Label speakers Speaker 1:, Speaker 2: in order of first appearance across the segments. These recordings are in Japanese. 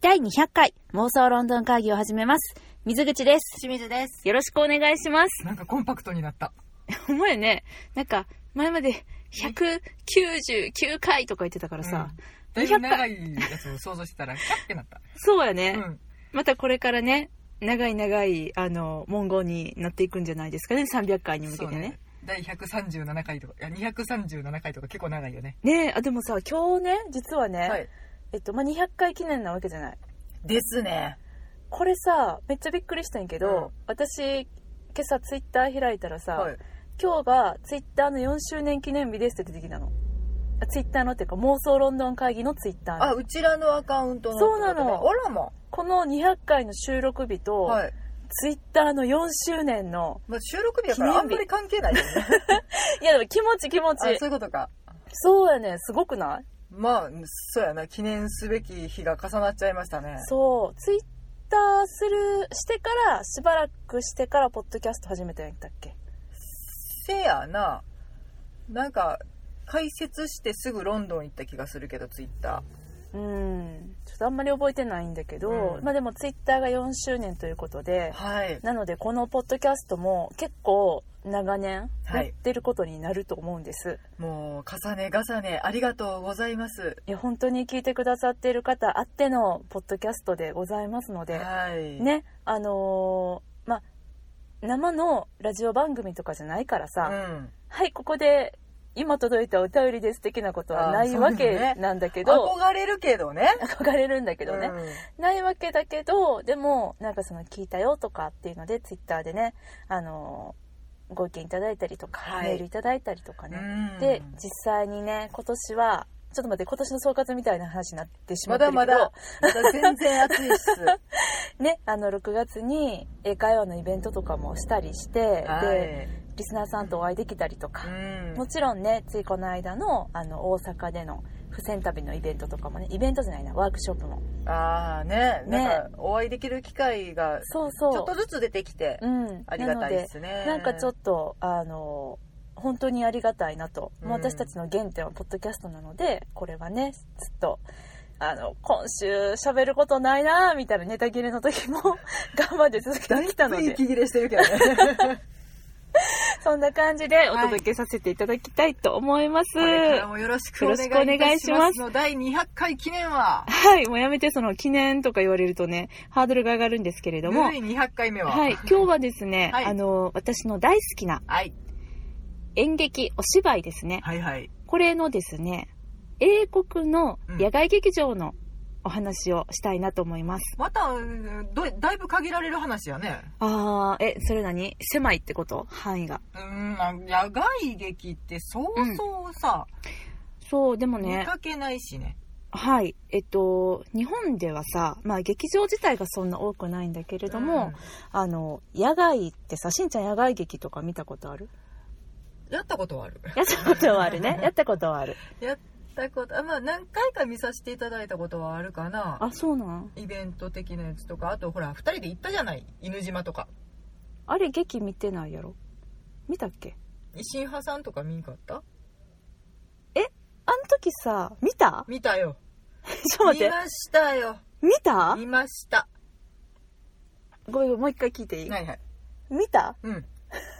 Speaker 1: 第200回妄想ロンドン会議を始めます。水口です。
Speaker 2: 清水です。
Speaker 1: よろしくお願いし ます。
Speaker 2: なんかコンパクトになった。
Speaker 1: お前ね、なんか前まで199回とか言ってたからさ、
Speaker 2: だいぶ長いやつを想像してたら、キャッてなった。
Speaker 1: そうやね、
Speaker 2: うん。
Speaker 1: またこれからね、長い長い、あの、文言になっていくんじゃないですかね、300回に向け
Speaker 2: そう
Speaker 1: てね
Speaker 2: ね。。第137回とか、いや、237回とか結構長いよね。
Speaker 1: ねえ、あ、でもさ、今日ね、実はね、
Speaker 2: はい。
Speaker 1: えっと、まあ、200回記念なわけじゃない。
Speaker 2: ですね。
Speaker 1: これさ、めっちゃびっくりしたんやけど、
Speaker 2: うん
Speaker 1: 私、今朝ツイッター開いたらさ、
Speaker 2: はい。
Speaker 1: 今日がツイッターの4周年記念日ですって出てきたの。あツイッターのっていうか、妄想ロンドン会議のツイッターの。
Speaker 2: あ、うちらのアカウントの。
Speaker 1: そうなの
Speaker 2: あらま。
Speaker 1: この200回の収録日と、
Speaker 2: はい。
Speaker 1: ツイッターの4周年の、
Speaker 2: まあ、収録日だからあんまり関係ないよね。
Speaker 1: いやでも気持ち気持
Speaker 2: あ、そう
Speaker 1: ち
Speaker 2: い。うことか。
Speaker 1: そうやね、すごくない
Speaker 2: まあ、そうやな。記念すべき日が重なっちゃいましたね。
Speaker 1: そう、ツイッターする、してから、しばらくしてから、ポッドキャスト始めたんやったっけ
Speaker 2: せやな。なんか、解説してすぐロンドン行った気がするけど、ツイッタ
Speaker 1: うん、ちょっとあんまり覚えてないんだけど、
Speaker 2: うん
Speaker 1: まあでもツイッターが4周年ということで
Speaker 2: ー。、はい。
Speaker 1: なのでこのポッドキャストも結構長年
Speaker 2: は
Speaker 1: や
Speaker 2: い
Speaker 1: ってることになると思うんです、い、
Speaker 2: もう重ね重ねありがとうございます。
Speaker 1: や本当に聞いてくださっている方あってのポッドキャストでございますので、
Speaker 2: はい。。
Speaker 1: ねあのーまあ生のラジオ番組とかじゃないから
Speaker 2: う
Speaker 1: さ、
Speaker 2: ん。
Speaker 1: はいここで今届いたお便りです的なことはない
Speaker 2: あー
Speaker 1: わ
Speaker 2: そうだ
Speaker 1: け
Speaker 2: ね
Speaker 1: なんだけど、
Speaker 2: 憧れるけどね。
Speaker 1: 憧れるんだけどね、ないわけだけどでもなんかその聞いたよとかっていうのでツイッターでねあのご意見いただいたりとか、
Speaker 2: はい
Speaker 1: メールいただいたりとか
Speaker 2: う
Speaker 1: ね、
Speaker 2: ん。うん
Speaker 1: で実際にね今年はちょっと待って今年の総括みたいな話になってしま
Speaker 2: ま
Speaker 1: ってる
Speaker 2: だ
Speaker 1: けど
Speaker 2: まだ、まだ全然暑 いっす。
Speaker 1: ねあの6月に英会話のイベントとかもしたりして、で
Speaker 2: はい。
Speaker 1: リスナーさんとお会いできたりとか
Speaker 2: う、ん。
Speaker 1: もちろんねついこの間のあの大阪での付箋旅のイベントとかもねイベントじゃないなワークショップも
Speaker 2: ああね、
Speaker 1: ね
Speaker 2: なんかお会いできる機会がち
Speaker 1: そうそう
Speaker 2: ょっとずつ出てきて、
Speaker 1: うん
Speaker 2: ありがたい
Speaker 1: なの
Speaker 2: で
Speaker 1: です
Speaker 2: ね。
Speaker 1: なんかちょっと
Speaker 2: と、
Speaker 1: あの本当にありがたいなと、もう
Speaker 2: うん
Speaker 1: 私たちの原点はポッドキャストなのでこれはねずっとあの今週喋ることないなみたいなネタ切れの時も 我慢で続けてきたの
Speaker 2: つい
Speaker 1: で
Speaker 2: 息切れして るけどね。
Speaker 1: そんな感じでお
Speaker 2: はい
Speaker 1: 届けさせていただきたいと思います。
Speaker 2: これからもよろしくお願いいたしま
Speaker 1: よ
Speaker 2: す。
Speaker 1: ろしくお願いし
Speaker 2: の第200回記念は、
Speaker 1: はい、もうやめてその記念とか言われるとね、ハードルが上がるんですけれ
Speaker 2: ぬ
Speaker 1: ども、
Speaker 2: るい200回目は。
Speaker 1: はい、今日はですね、
Speaker 2: はい
Speaker 1: あの、私の大好きな
Speaker 2: はい。
Speaker 1: 演劇、お芝居ですね。
Speaker 2: はいはい。
Speaker 1: これのですね、英国の野外劇場のお話をしたいなと思います。
Speaker 2: またうんどだいぶ限られる話やね
Speaker 1: あー、え、それ何狭いってこと範囲が。
Speaker 2: うーんまあ野外劇ってそうそうさ、
Speaker 1: そう、でも
Speaker 2: 見
Speaker 1: ね、
Speaker 2: かけないしね
Speaker 1: はい、えっと、日本ではさ、まあ劇場自体がそんな多くないんだけれども、あの、野外ってさ、しんちゃん野外劇とか見たことある
Speaker 2: うんやったことはある
Speaker 1: やったことはある ね。やったことはある。
Speaker 2: やったことあまあ何回か見させていただいたことはあるかな
Speaker 1: あ、そうなん
Speaker 2: イベント的なやつとかあとほら2人で行ったじゃない犬島とか
Speaker 1: あれ劇見てないやろ見たっけ
Speaker 2: 新派さんとか見んかった
Speaker 1: あの時さ、見た
Speaker 2: 見たよ
Speaker 1: ちょっと待っ
Speaker 2: 見
Speaker 1: て。
Speaker 2: ましたよ
Speaker 1: 見た
Speaker 2: 見ました
Speaker 1: ごめんごめん、もう一回聞いていい
Speaker 2: はいはい
Speaker 1: 見た
Speaker 2: うん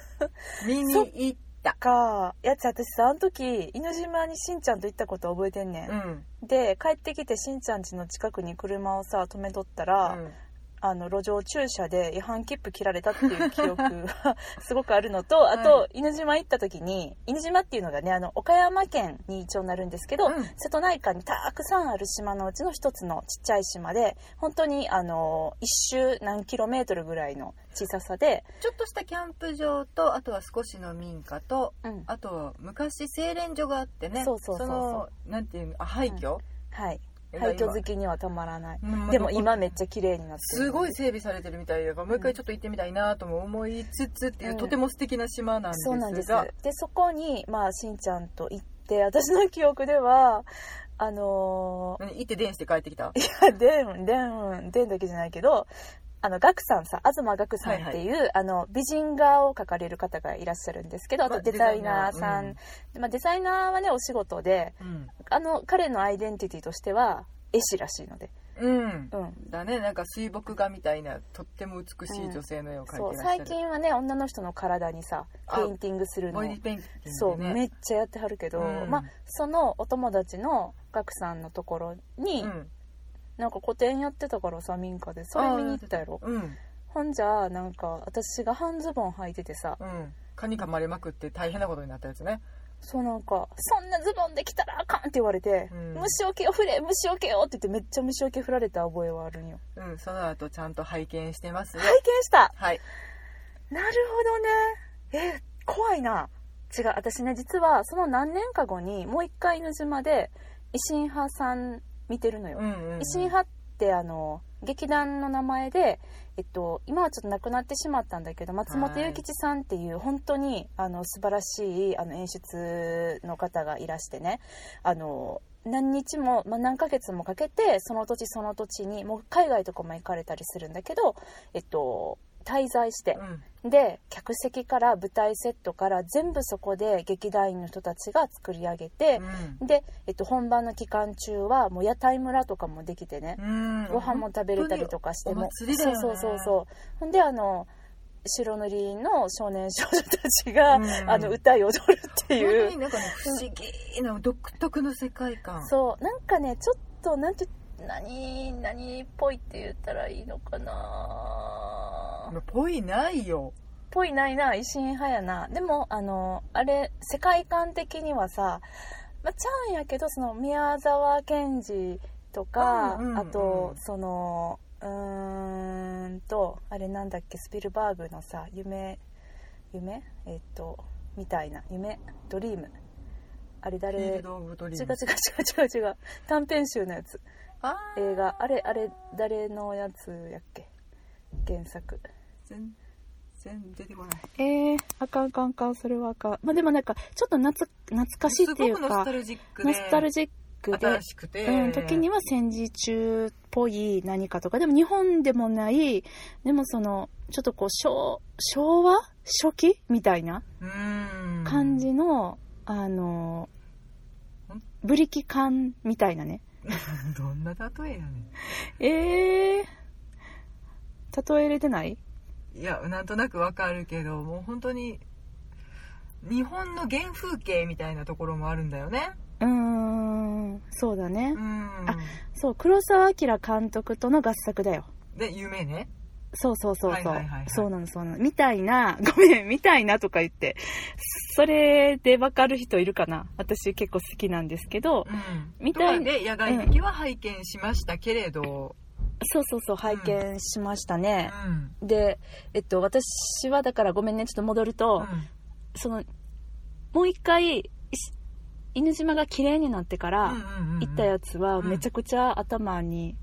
Speaker 2: 見に
Speaker 1: そっ
Speaker 2: 行った
Speaker 1: か、やつ私さ、あの時、犬島にしんちゃんと行ったこと覚えてんね。
Speaker 2: うんん、
Speaker 1: で、帰ってきてしんちゃん家の近くに車をさ、止めとったら、
Speaker 2: うん
Speaker 1: あの、路上駐車で違反切符切られたっていう記憶 が すごくあるのと、あと、
Speaker 2: は
Speaker 1: 犬島行った時に、犬島っていうのがね、あの、岡山県に一応なるんですけど、
Speaker 2: うん
Speaker 1: 瀬戸内海にたくさんある島のうちの一つのちっちゃい島で、本当に、あの、一周何キロメートルぐらいの小ささで、
Speaker 2: ちょっとしたキャンプ場とあとは少しの民家と
Speaker 1: うん
Speaker 2: あと昔精錬所があってね
Speaker 1: そうそうそうそう
Speaker 2: のなんていうのあ廃墟、
Speaker 1: はい。
Speaker 2: が
Speaker 1: 廃墟
Speaker 2: 今
Speaker 1: 好きにはたまらない。
Speaker 2: うん
Speaker 1: でも今めっちゃ綺麗になってる
Speaker 2: すごい整備されてるみたいだからもう一回ちょっと行ってみたいなとも思いつつっていう、
Speaker 1: うん
Speaker 2: とても素敵な島なんです
Speaker 1: そ
Speaker 2: が
Speaker 1: うなんですでそこにまあしんちゃんと行って私の記憶ではあの
Speaker 2: 何行って電して帰って きた
Speaker 1: ー、いやでんでんでんだけじゃないけどあのガクさんさ東ガクさんっていう、あの美人画を描かれる方がいらっしゃるんですけどあ
Speaker 2: ま
Speaker 1: と
Speaker 2: あ
Speaker 1: デザイナーさん、
Speaker 2: デ
Speaker 1: でまあ、デザイナーはねお仕事で
Speaker 2: ザイナーうん
Speaker 1: あの彼のアイデンティティとしては絵師らしいので
Speaker 2: うん
Speaker 1: うん
Speaker 2: だねなんか水墨画みたいなとっても美しい女性の絵を
Speaker 1: そ
Speaker 2: 描いうてらっし
Speaker 1: 最
Speaker 2: ゃる、
Speaker 1: 近はね女の人の体にさ
Speaker 2: あ
Speaker 1: ペインティングするの
Speaker 2: ボイディペインテ
Speaker 1: そ
Speaker 2: ィン
Speaker 1: う
Speaker 2: グね
Speaker 1: めっちゃやってはるけど、
Speaker 2: うん
Speaker 1: まあそのお友達のガクさんのところに、なんか個展やってたからさ民家でそれ見に行ったやろ
Speaker 2: うんうん
Speaker 1: ほんじゃなんか私が半ズボン履いててさ
Speaker 2: うん蚊に噛まれまくって大変なことになったやつね
Speaker 1: そうなんか「そんなズボンできたらあかん!」って言われて「
Speaker 2: うん
Speaker 1: 虫除けを振れ虫除けを!」って言ってめっちゃ虫除け振られた覚えはあるんよ
Speaker 2: うんその後ちゃんと拝見してますよ
Speaker 1: 拝見した
Speaker 2: はい
Speaker 1: なるほどねえ怖いな違う私ね実はその何年か後にもう一回犬島で維新派さん見てるのよ、
Speaker 2: うんうんうん
Speaker 1: 維新派ってあの劇団の名前で、えっと、今はちょっと亡くなってしまったんだけど松本諭吉さんっていう本当にあの素晴らしいあの演出の方がいらしてねあの何日も、まあ、何ヶ月もかけてその土地その土地にもう海外とかも行かれたりするんだけど、えっと、滞在して
Speaker 2: うん
Speaker 1: で客席から舞台セットから全部そこで劇団員の人たちが作り上げて、で、えっと、本番の期間中はもう屋台村とかもできてね、
Speaker 2: うん
Speaker 1: ご飯も食べれたりとかしても
Speaker 2: 本当にお祭りだよね
Speaker 1: そうそうそうそうほんであの白塗りの少年少女たちが、
Speaker 2: うん
Speaker 1: あの歌い踊るってい
Speaker 2: 本当に
Speaker 1: う
Speaker 2: なんかね不思議な独特の世界観
Speaker 1: そうなんかねちょっとなんて何何っぽいって言ったらいいのかな
Speaker 2: ぽいないよ
Speaker 1: ぽいないな維新派やなでもあのあれ世界観的にはさ、まあ、ちゃうんやけどその宮沢賢治とか、
Speaker 2: うんうんうん
Speaker 1: あとそのうーんとあれなんだっけスピルバーグのさ夢夢えっとみたいな夢ドリームあれ
Speaker 2: フィー
Speaker 1: 誰違
Speaker 2: ル
Speaker 1: う
Speaker 2: ド・オブ・ドリ
Speaker 1: 違う違
Speaker 2: ー
Speaker 1: う
Speaker 2: ム
Speaker 1: 違う違う短編集のやつ
Speaker 2: あー
Speaker 1: 映画あれあれ誰のやつやっけ原作
Speaker 2: 全然出てこない
Speaker 1: ええあかんあかんあかんそれはあかんまあでもなんかちょっと懐懐かしいっていう
Speaker 2: すごくノス
Speaker 1: か
Speaker 2: タルジックで
Speaker 1: ノスタルジックで
Speaker 2: 新しくて、
Speaker 1: うん、時には戦時中っぽい何かとかでも日本でもないでもそのちょっとこう昭昭和初期みたいな
Speaker 2: うん
Speaker 1: 感じの、あの
Speaker 2: ん
Speaker 1: ブリキ感みたいなね
Speaker 2: どんな例えやね
Speaker 1: ええ例えれてない
Speaker 2: んいやなんとなくわかるけどもう本当に日本の原風景みたいなところもあるんだよね
Speaker 1: うーんそうだね、
Speaker 2: うん
Speaker 1: あそう黒澤明監督との合作だよ
Speaker 2: で夢ね
Speaker 1: そうそうそうそう。
Speaker 2: はいはいはいはい
Speaker 1: そうなの、そうなの。みたいな、 ごめん、みたいなとか言って。それでわかる人いるかな私結構好きなんですけど、
Speaker 2: うん
Speaker 1: みたい
Speaker 2: とかで野外劇は拝見しましたけれど、
Speaker 1: そうそうそう、拝見しましたね。
Speaker 2: うん
Speaker 1: で、えっと、私はだからごめんね、ちょっと戻ると、
Speaker 2: うん
Speaker 1: その、もう一回、いし犬島が綺麗になってから、
Speaker 2: うんうんうん
Speaker 1: 行ったやつは
Speaker 2: うん
Speaker 1: めちゃくちゃ頭に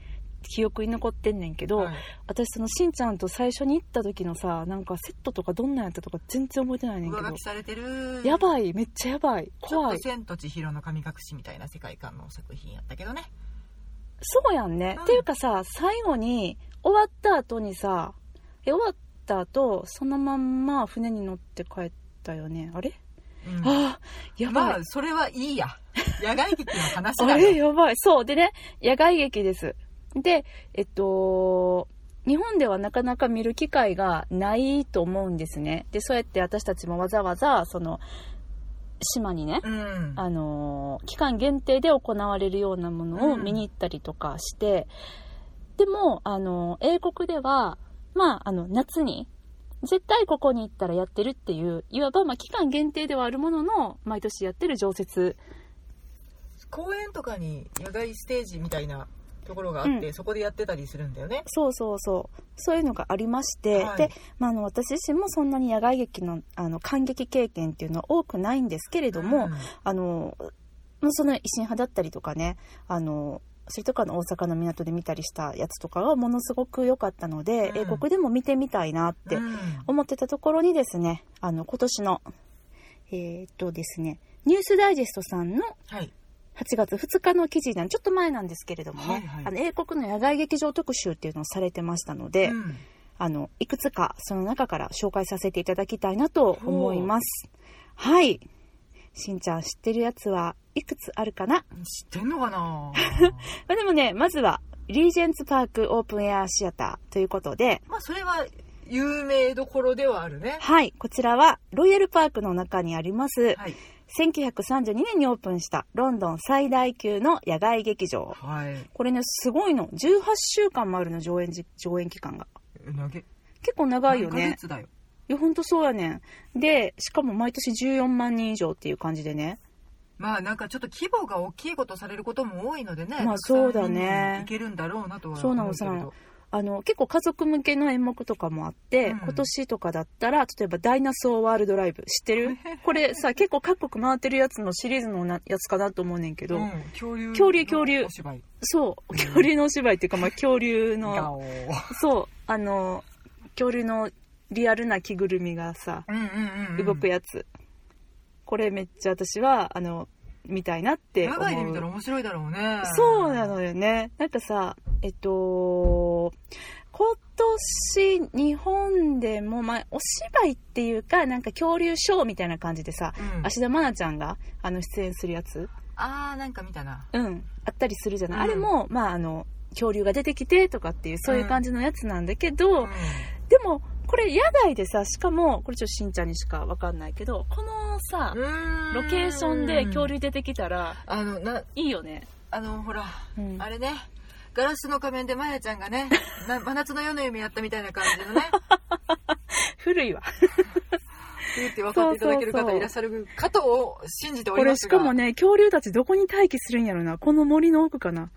Speaker 1: 記憶に残ってんねんけど、
Speaker 2: はい
Speaker 1: 私そのしんちゃんと最初に行った時のさなんかセットとかどんなんやったとか全然覚えてないねんけ
Speaker 2: 上
Speaker 1: ど
Speaker 2: 書きされてる
Speaker 1: やばいめっちゃやばい
Speaker 2: ちょっ
Speaker 1: 怖
Speaker 2: と
Speaker 1: い
Speaker 2: 千と千尋の神隠しみたいな世界観の作品やったけどね
Speaker 1: そうやんね、
Speaker 2: うん
Speaker 1: っていうかさ最後に終わった後にさえ終わった後そのまんま船に乗って帰ったよねあれ、
Speaker 2: うん
Speaker 1: あーやばい、
Speaker 2: まあそれはい いや野外劇の話
Speaker 1: あ
Speaker 2: だ
Speaker 1: れ
Speaker 2: よ
Speaker 1: やばい。そう。でね、野外劇です。で、えっと、日本ではなかなか見る機会がないと思うんですね。で、そうやって私たちもわざわざ、その、島にね、
Speaker 2: うん
Speaker 1: あのー期間限定で行われるようなものを見に行ったりとかして、でも、あのー英国では、まあ、あの、夏に、絶対ここに行ったらやってるっていう、いわば、まあ、期間限定ではあるものの、毎年やってる常設
Speaker 2: 公園とかに野外ステージみたいなところがあって、
Speaker 1: う
Speaker 2: そこでやってたりするんだよね
Speaker 1: そうそうそうそういうのがありまして、
Speaker 2: はい
Speaker 1: で、まあ、あの私自身もそんなに野外劇のあの感激経験っていうのは多くないんですけれども、
Speaker 2: うん
Speaker 1: あのもうその維新派だったりとかねあのそれとかの大阪の港で見たりしたやつとかがものすごく良かったので、
Speaker 2: うん
Speaker 1: 英国でも見てみたいなって
Speaker 2: うん
Speaker 1: 思ってたところにですねあの今年のえーっとですねニュースダイジェストさんの
Speaker 2: はい
Speaker 1: 8月2日の記事なんちょっと前なんですけれどもね、
Speaker 2: はいはい
Speaker 1: あの英国の野外劇場特集っていうのをされてましたので、
Speaker 2: うん
Speaker 1: あのいくつかその中から紹介させていただきたいなと思いますはいしんちゃん知ってるやつはいくつあるかな
Speaker 2: 知ってんのかな
Speaker 1: まあでもねまずはリージェンツパークオープンエアシアターということで、
Speaker 2: まあそれは有名どころではあるね
Speaker 1: はい、こちらはロイヤルパークの中にあります、
Speaker 2: はい
Speaker 1: 1932年にオープンしたロンドン最大級の野外劇場。
Speaker 2: はい
Speaker 1: これね、すごいの。18週間もあるの、上演じ、上演期間が。
Speaker 2: 投げ
Speaker 1: 結構長いよ
Speaker 2: 何ヶ
Speaker 1: ね。
Speaker 2: 月だよ
Speaker 1: いや、ほんとそうやねん。で、しかも毎年14万人以上っていう感じでね。
Speaker 2: まあなんかちょっと規模が大きいことされることも多いのでね
Speaker 1: まあそうだね
Speaker 2: いけるんだろうなとは
Speaker 1: そうなの
Speaker 2: 思うけれど
Speaker 1: あの、結構家族向けの演目とかもあって、
Speaker 2: うん
Speaker 1: 今年とかだったら、例えばダイナソーワールドライブ、知って るこれさ、結構各国回ってるやつのシリーズのなやつかなと思うねんけど、
Speaker 2: うん恐竜の
Speaker 1: 恐竜恐竜
Speaker 2: お芝居
Speaker 1: そう、恐竜のお芝居っていうか、まあ、恐竜
Speaker 2: ガ
Speaker 1: の、
Speaker 2: オー
Speaker 1: そう、あの、恐竜のリアルな着ぐるみがさ、
Speaker 2: うんうんうんうん
Speaker 1: 動くやつ。これめっちゃ私は、あの、見たいなって思う。
Speaker 2: 長いで見たら面白いだろうね
Speaker 1: そうなのよね。なんかさ、えっと、今年日本でも、まあ、お芝居っていうか、なんか恐竜ショーみたいな感じでさ、
Speaker 2: うん
Speaker 1: 芦田愛菜ちゃんがあの出演するやつ、
Speaker 2: あーなんか見たな
Speaker 1: うん、あったりするじゃない。
Speaker 2: うん
Speaker 1: あれも、まあ、あの、恐竜が出てきてとかっていう、そういう感じのやつなんだけど、
Speaker 2: う
Speaker 1: でも、これ野外でさ、しかも、これちょっとしんちゃんにしかわかんないけど、このさ、
Speaker 2: ん
Speaker 1: ロケーションで恐竜出てきたら、
Speaker 2: あのない
Speaker 1: いよね。
Speaker 2: あのほら
Speaker 1: うん
Speaker 2: あれねガラスの仮面でまやちゃん がねな真夏の夜の夢やったみたいな感じのね
Speaker 1: 古いわ。
Speaker 2: 言って分かっていただける方いらっしゃるかとを信じてお
Speaker 1: こ
Speaker 2: り
Speaker 1: れ
Speaker 2: ます
Speaker 1: し
Speaker 2: が
Speaker 1: かもね恐竜たちどこに待機するんやろなこの森の奥かなっ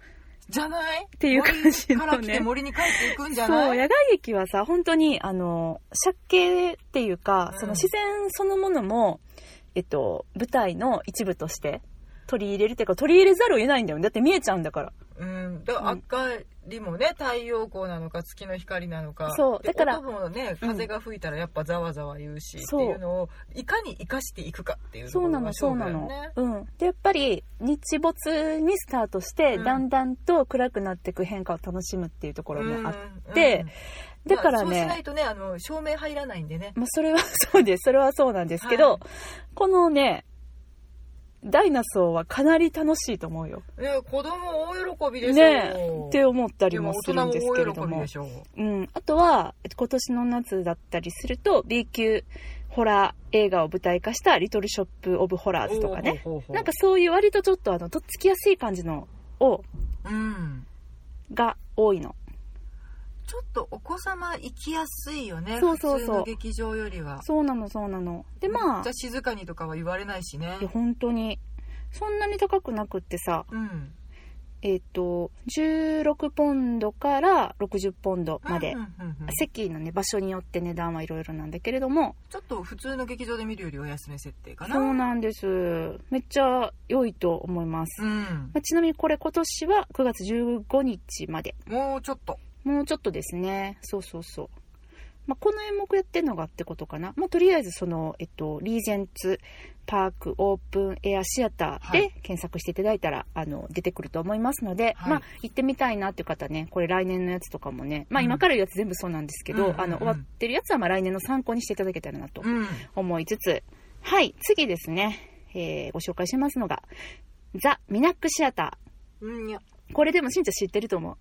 Speaker 2: じゃないって
Speaker 1: いう感じ
Speaker 2: か
Speaker 1: の
Speaker 2: ら来て
Speaker 1: ね
Speaker 2: 森に帰っていくんじ
Speaker 1: そ
Speaker 2: ゃ
Speaker 1: う
Speaker 2: ない
Speaker 1: 野外劇はさ本当にあの借景っていうか、
Speaker 2: うん
Speaker 1: その自然そのものも、えっと、舞台の一部として取り入れるっていうか取り入れざるを得ないんだよねだって見えちゃうんだから
Speaker 2: うん、だから
Speaker 1: うん
Speaker 2: 明かりもね太陽光なのか月の光なのか
Speaker 1: そう
Speaker 2: で
Speaker 1: だから
Speaker 2: 音もね
Speaker 1: うん
Speaker 2: 風が吹いたらやっぱざわざわ言うし、って
Speaker 1: そう
Speaker 2: いうのをいかに生かしていくかっていうと
Speaker 1: そ
Speaker 2: こ
Speaker 1: う
Speaker 2: ろ
Speaker 1: な
Speaker 2: が
Speaker 1: のそう
Speaker 2: 勝負
Speaker 1: な
Speaker 2: だよ
Speaker 1: の
Speaker 2: ね、
Speaker 1: うんでやっぱり日没にスタートして、
Speaker 2: うん
Speaker 1: だんだんと暗くなっていく変化を楽しむっていうところもあって、
Speaker 2: うんうん
Speaker 1: だから
Speaker 2: まあそうし
Speaker 1: ね、
Speaker 2: ないとねあの照明入らないんでね
Speaker 1: まあ、それは そうです。それはそうなんですけど、
Speaker 2: はい
Speaker 1: このね、ダイナソーはかなり楽しいと思うよ。
Speaker 2: ね子供大喜びでしょ
Speaker 1: ねえ、って思ったりもするんですけれ
Speaker 2: で
Speaker 1: ど
Speaker 2: も大人も大
Speaker 1: も
Speaker 2: 喜びで。しょ
Speaker 1: うん。あとは、えっと今年の夏だったりすると、B 級ホラー映画を舞台化したリトルショップ・オブ・ホラーズとかね。
Speaker 2: ほうほうほうほう
Speaker 1: なんかそういう割とちょっとあの、とっつきやすい感じのを、
Speaker 2: うん
Speaker 1: が多いの。
Speaker 2: ちょっとお子様行きやすいよね
Speaker 1: そうそうそう
Speaker 2: 普通の劇場よりは
Speaker 1: そうなの、そうなの。で、
Speaker 2: め
Speaker 1: ま
Speaker 2: っ
Speaker 1: あ
Speaker 2: ちゃ、静かにとかは言われないしね
Speaker 1: いや本当に、そんなに高くなくってさ、
Speaker 2: うん
Speaker 1: えっ、と、16ポンドから60ポンドまで。
Speaker 2: うんうんうんうん
Speaker 1: 席のね、場所によって値段はいろいろなんだけれども、
Speaker 2: ちょっと普通の劇場で見るよりお安め設定かな
Speaker 1: そうなんです。めっちゃ良いと思います。
Speaker 2: うん
Speaker 1: まあちなみにこれ今年は9月15日まで。
Speaker 2: もうちょっと
Speaker 1: もうちょっとですね。そうそうそう。まあ、この演目やってんのがってことかな。まあ、とりあえずその、えっと、リージェンツパークオープンエアシアター
Speaker 2: は
Speaker 1: で
Speaker 2: い
Speaker 1: 検索していただいたら、あの、出てくると思いますので、
Speaker 2: はい
Speaker 1: まあ、行ってみたいなっていう方ね、これ来年のやつとかもね、まあ、
Speaker 2: うん
Speaker 1: 今から言うやつ全部そうなんですけど、
Speaker 2: うんうんうん
Speaker 1: あの、終わってるやつはまあ来年の参考にしていただけたらなと
Speaker 2: うん
Speaker 1: 思いつつ、はい、次ですね、えー、ご紹介しますのが、ザ・ミナックシアター。
Speaker 2: うんいや
Speaker 1: これでもしんちゃん知ってると思う。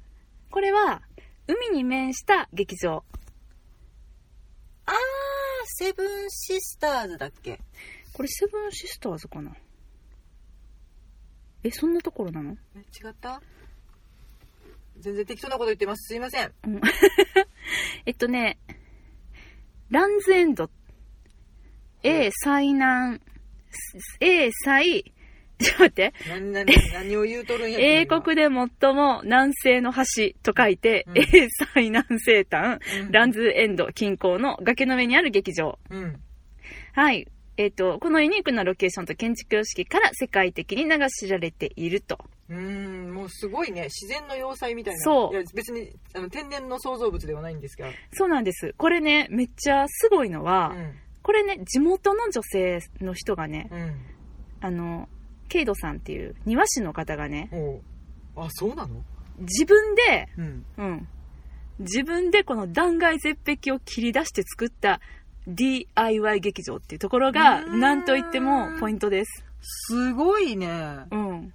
Speaker 1: これは、海に面した劇場。
Speaker 2: あーセブンシスターズだっけ
Speaker 1: これセブンシスターズかなえ、そんなところなの
Speaker 2: え違った全然適当なこと言ってますすいません
Speaker 1: えっとね、ランズエンド。A 最南、A 最、ちょっと待って、
Speaker 2: 何何何を言うとるんや
Speaker 1: 英国で最も南西の橋と書いて、
Speaker 2: うん
Speaker 1: A 最南西端、ラン
Speaker 2: ズ
Speaker 1: ズエンド近郊の崖の上にある劇場。
Speaker 2: うん
Speaker 1: はい。えっ、と、このユニークなロケーションと建築様式から世界的に名が知られていると。
Speaker 2: うーんもうすごいね自然の要塞みたいな
Speaker 1: そう
Speaker 2: いや別にあの天然の創造物ではないんですが、
Speaker 1: そうなんです。これね、めっちゃすごいのは、
Speaker 2: うん
Speaker 1: これね、地元の女性の人がね、
Speaker 2: うん
Speaker 1: あの、ケイドさんっていう庭師の方がね、
Speaker 2: おうあそうなの
Speaker 1: 自分で、
Speaker 2: うん
Speaker 1: うん、自分でこの断崖絶壁を切り出して作った DIY 劇場っていうところが、
Speaker 2: うーん
Speaker 1: なんといってもポイントです。
Speaker 2: すごいね
Speaker 1: うん。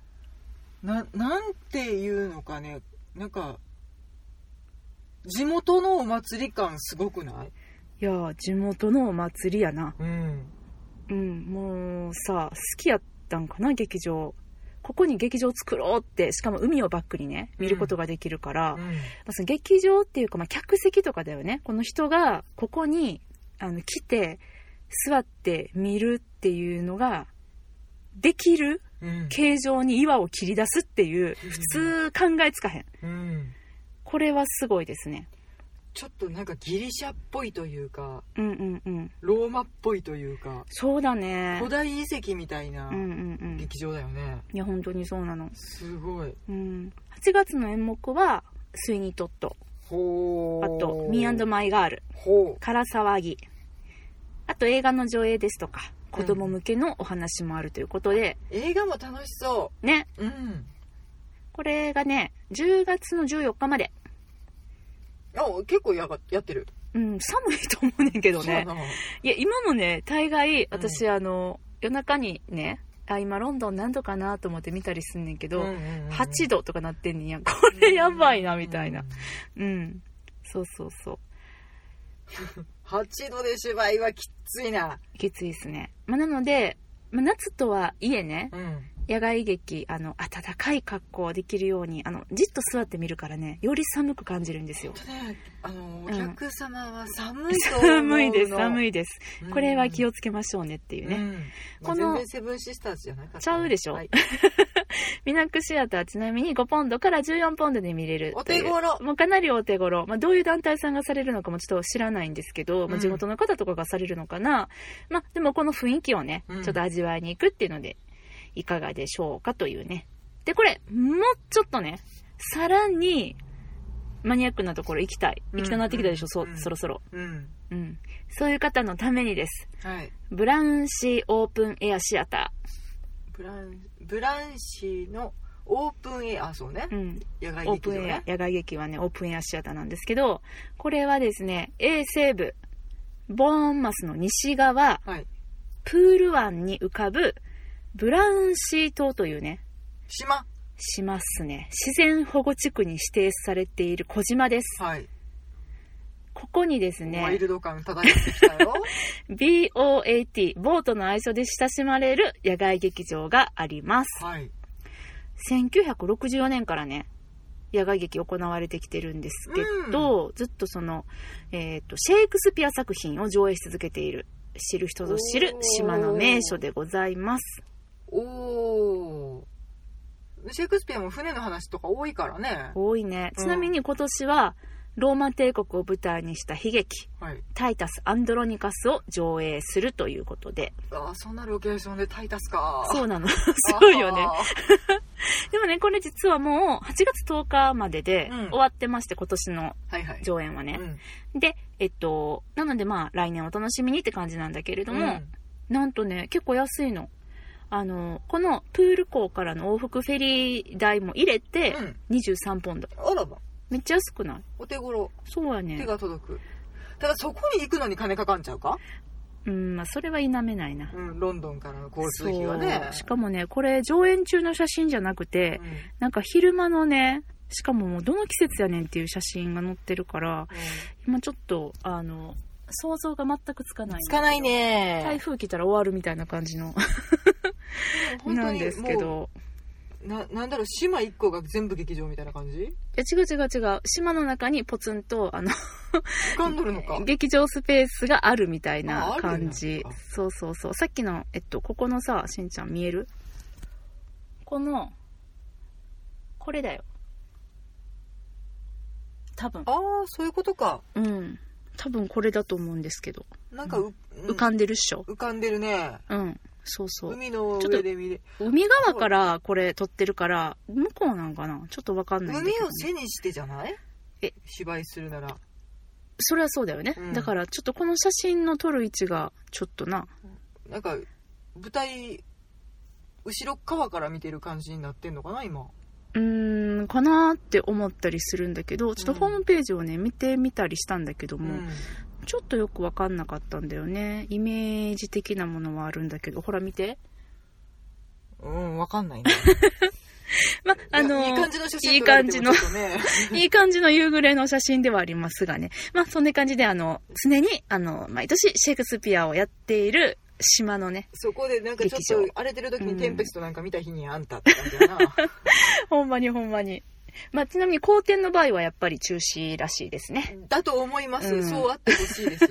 Speaker 2: ななんていうのかねなんか地元のお祭り感すごくない
Speaker 1: いやー地元のお祭りやな
Speaker 2: うん
Speaker 1: うんもうさ好きやったんかな劇場ここに劇場作ろうってしかも海をバックにね見ることができるから、
Speaker 2: う
Speaker 1: ま
Speaker 2: ん
Speaker 1: あその劇場っていうか、まあ、客席とかだよねこの人がここにあの来て座って見るっていうのができる
Speaker 2: うん
Speaker 1: 形状に岩を切り出すっていう普通考えつかへん
Speaker 2: うん
Speaker 1: これはすごいですね
Speaker 2: ちょっとなんかギリシャっぽいというか
Speaker 1: うんうんうん
Speaker 2: ローマっぽいというか
Speaker 1: そうだね
Speaker 2: 古代遺跡みたいな
Speaker 1: うんうんうん
Speaker 2: 劇場だよね
Speaker 1: いや本当にそうなの、
Speaker 2: すごい
Speaker 1: うん、8月の演目は「スイニートット
Speaker 2: ほ」
Speaker 1: あ
Speaker 2: う
Speaker 1: と「ミーマイガール」
Speaker 2: ほ
Speaker 1: 「から騒ぎ」あと映画の上映ですとか子供向けのお話もあるということで、
Speaker 2: う映画も楽しそ
Speaker 1: ね
Speaker 2: ううん
Speaker 1: これがね10月の14日まで、
Speaker 2: あ結構やがやってる
Speaker 1: うん、寒いと思うねんけど
Speaker 2: そうや
Speaker 1: ね
Speaker 2: ない
Speaker 1: や今もね大概私、あの夜中にねあ今ロンドン何度かなと思って見たりすんねんけど、
Speaker 2: うんうんうん
Speaker 1: 8度とかなってんねんやこれやばいなみたいなうん、そうそうそう
Speaker 2: 8度で芝居はきっついな
Speaker 1: きついですね、まあ、なので、まあ、夏とはいえね
Speaker 2: うん
Speaker 1: 野外劇あの暖かい格好をできるようにあのじっと座ってみるからねより寒く感じるんですよ
Speaker 2: ちょっとねあのお
Speaker 1: ん
Speaker 2: 客様は寒いと 思うの、
Speaker 1: 寒いです寒いです
Speaker 2: うん
Speaker 1: これは気をつけましょうねっていうね、
Speaker 2: こ
Speaker 1: この
Speaker 2: の全然セブンシスターズじゃなかった
Speaker 1: ちゃうでしょ
Speaker 2: はい
Speaker 1: ミナックシアターちなみに5ポンドから14ポンドで見れる
Speaker 2: お
Speaker 1: とい
Speaker 2: 手
Speaker 1: う
Speaker 2: 頃
Speaker 1: もうかなりお手頃、まあ、どういう団体さんがされるのかもちょっと知らないんですけど、ま
Speaker 2: う
Speaker 1: あ、
Speaker 2: ん
Speaker 1: 地元の方とかがされるのかな、まあ、でもこの雰囲気をね、
Speaker 2: うん
Speaker 1: ちょっと味わいに行くっていうのでいかがでしょうかというねでこれもうちょっとねさらにマニアックなところ行きたい行きたなってきたでしょ、
Speaker 2: うん
Speaker 1: そそろそろ、
Speaker 2: うん
Speaker 1: うん、そういう方のためにです
Speaker 2: はい
Speaker 1: ブラウンシーオープンエアシアタ
Speaker 2: ブランブランシーのオープンエアあそうね
Speaker 1: ー、う、ん、
Speaker 2: 野外
Speaker 1: オー
Speaker 2: 劇
Speaker 1: プ
Speaker 2: 場
Speaker 1: ンエア
Speaker 2: ね、
Speaker 1: 野外劇はね、オープンエアシアターなんですけど、これはですね、A 西部、ボーンマスの西側、
Speaker 2: はい
Speaker 1: プール湾に浮かぶ、ブラウンシー島というね、
Speaker 2: 島
Speaker 1: 島っすね。自然保護地区に指定されている小島です。
Speaker 2: はい、
Speaker 1: ここにです
Speaker 2: ワイ
Speaker 1: ね、
Speaker 2: ルド感漂ってきた よ
Speaker 1: BOAT、ボートの愛称で親しまれる野外劇場があります。
Speaker 2: はい
Speaker 1: 1964年からね野外劇行われてきてるんですけど、ずっとその、えー、とシェイクスピア作品を上映し続けている知る人ぞ知る
Speaker 2: おー
Speaker 1: 島の名所でございます
Speaker 2: おおーシェイクスピアも船の話とか多いからね
Speaker 1: 多いねちなみに今年はローマ帝国を舞台にした悲劇
Speaker 2: はい
Speaker 1: 「タイタス・アンドロニカス」を上映するということで
Speaker 2: ああそんなロケーションでタイタスか
Speaker 1: そううなのすごいよねでもねこれ実はもう8月10日までで
Speaker 2: うん
Speaker 1: 終わってまして、今年の
Speaker 2: はいはい
Speaker 1: 上演はね、
Speaker 2: うん
Speaker 1: で、えっと、なのでまあ来年お楽しみにって感じなんだけれども、
Speaker 2: うん
Speaker 1: なんとね、結構安いの。あの、このプール港からの往復フェリー代も入れて
Speaker 2: うん、
Speaker 1: 23ポンド。
Speaker 2: あらば
Speaker 1: めっちゃ安くない
Speaker 2: お手頃
Speaker 1: そうや
Speaker 2: 手
Speaker 1: ね。
Speaker 2: が届くただそこに行くのに金かかんちゃうか
Speaker 1: うん、まあそれは否めないな。
Speaker 2: うんロンドンからの交通費はね
Speaker 1: そうしかもね、これ上演中の写真じゃなくて、
Speaker 2: うん
Speaker 1: なんか昼間のね、しかももうどの季節やねんっていう写真が載ってるから、今ちょっと、あの、想像が全くつかない。
Speaker 2: つかない。
Speaker 1: 台
Speaker 2: ね
Speaker 1: 風来たら終わるみたいな感じの。
Speaker 2: 本当
Speaker 1: なん
Speaker 2: に
Speaker 1: ですけ
Speaker 2: も
Speaker 1: ど
Speaker 2: うななんだろう島一個が全部劇場みたいな感じ
Speaker 1: いや違う違う違う島の中にポツンとあの
Speaker 2: 浮かんどるのか
Speaker 1: 劇場スペースがあるみたい
Speaker 2: あ
Speaker 1: な
Speaker 2: あるんだ
Speaker 1: 感じそうそうそうさっきのえっとここのさしんちゃん見えるこのこれだよ多分
Speaker 2: ああそういうことか
Speaker 1: うん多分これだと思うんですけど
Speaker 2: なんかう、う
Speaker 1: 浮かんでるっしょ
Speaker 2: 浮かんでるね
Speaker 1: うんそうそう
Speaker 2: 海の上で見れ
Speaker 1: 海側からこれ撮ってるから向こうなんかなちょっとわかんないんだ
Speaker 2: 海
Speaker 1: けど、
Speaker 2: を背にしてじゃない
Speaker 1: え
Speaker 2: 芝居するなら
Speaker 1: それはそうだよね、
Speaker 2: うん
Speaker 1: だからちょっとこの写真の撮る位置がちょっとな
Speaker 2: なんか舞台後ろっ側から見てる感じになってんのかな今
Speaker 1: うーんかなーって思ったりするんだけどちょっと
Speaker 2: うん
Speaker 1: ホームページをね見てみたりしたんだけど
Speaker 2: う
Speaker 1: も、ちょっとよく分かんなかったんだよねイメージ的なものはあるんだけどほら見て
Speaker 2: うん、わかんないね
Speaker 1: ま、 あの
Speaker 2: いやいい感じの写真
Speaker 1: いい感じの
Speaker 2: 撮られてもちょっとね
Speaker 1: いい感じの夕暮れの写真ではありますがね。まあ、そんな感じで、あの、常に、あの、毎年シェイクスピアをやっている島のね、
Speaker 2: そこでなんかちょ
Speaker 1: 劇
Speaker 2: っ
Speaker 1: 場
Speaker 2: と荒れてる時
Speaker 1: う
Speaker 2: に
Speaker 1: ん
Speaker 2: テンペストなんか見た日にあんたって感じやな
Speaker 1: ほんまにほんまに。まあ、ちなみに、好天の場合はやっぱり中止らしいですね。
Speaker 2: だと思います、
Speaker 1: うん
Speaker 2: そうあってほしい です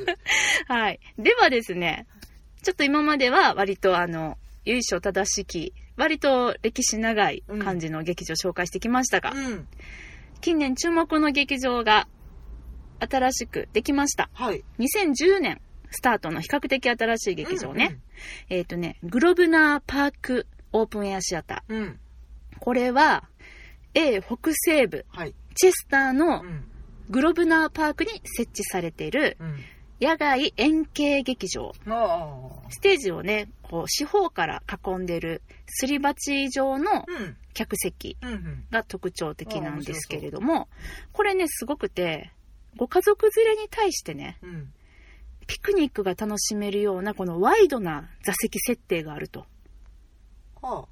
Speaker 1: はい。ではですね、ちょっと今までは割とあの、由緒正しき、割と歴史長い感じの劇場紹介してきましたが、
Speaker 2: うん
Speaker 1: 近年注目の劇場が新しくできました。
Speaker 2: はい
Speaker 1: 2010年スタートの比較的新しい劇場ね。
Speaker 2: うんうん
Speaker 1: えっ、とね、グロブナーパークオープンエアシアタ
Speaker 2: うん。
Speaker 1: ー。これは、A 北西部、
Speaker 2: はい。
Speaker 1: チェスターの
Speaker 2: うん。
Speaker 1: グロブナーパークに設置されている
Speaker 2: うん。
Speaker 1: 野外円形劇場。
Speaker 2: ああ。
Speaker 1: ステージをね、こう四方から囲んでるすり鉢状の
Speaker 2: うん。
Speaker 1: 客席
Speaker 2: うんうん。
Speaker 1: が特徴的なんですけれども、これね、すごくて、ご家族連れに対してね、
Speaker 2: うん。
Speaker 1: ピクニックが楽しめるようなこのワイドな座席設定があると。
Speaker 2: あ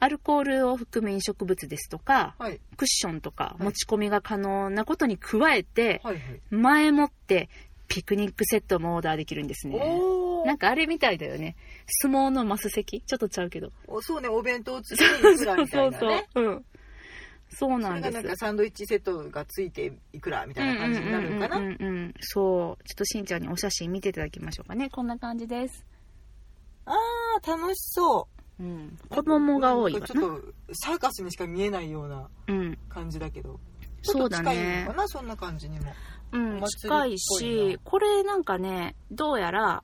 Speaker 1: アルコールを含む飲食物ですとか、
Speaker 2: あ。はい。
Speaker 1: クッションとか
Speaker 2: い
Speaker 1: 持ち込みが可能なことに加えて、
Speaker 2: はいはい。
Speaker 1: 前もってピクニックセットもオーダーできるんですね。
Speaker 2: おお
Speaker 1: なんかあれみたいだよね。相撲のマス席ちょっとちゃうけど。
Speaker 2: お。そうね、お弁当つけにいくらみたいなね。そ
Speaker 1: そうそう。うん。そうなん
Speaker 2: れ
Speaker 1: で
Speaker 2: が
Speaker 1: す。
Speaker 2: なんかサンドイッチセットがついていくらみたいな感じになるのか
Speaker 1: う
Speaker 2: な。
Speaker 1: んうんうんうんうんそう。ちょっとしんちゃんにお写真見ていただきましょうかね。こんな感じです。
Speaker 2: ああ、楽しそ
Speaker 1: うん。
Speaker 2: う。
Speaker 1: 子供が多いわ
Speaker 2: ち
Speaker 1: な。
Speaker 2: ょっとサーカスにしか見えないような
Speaker 1: うん。
Speaker 2: 感じだけど。ちょ
Speaker 1: そ
Speaker 2: っ
Speaker 1: う
Speaker 2: と
Speaker 1: だ
Speaker 2: 近いの
Speaker 1: ね
Speaker 2: か。な、そんな感じにも。
Speaker 1: うん
Speaker 2: お、祭りっぽいな
Speaker 1: 近いし、これなんかね、どうやら、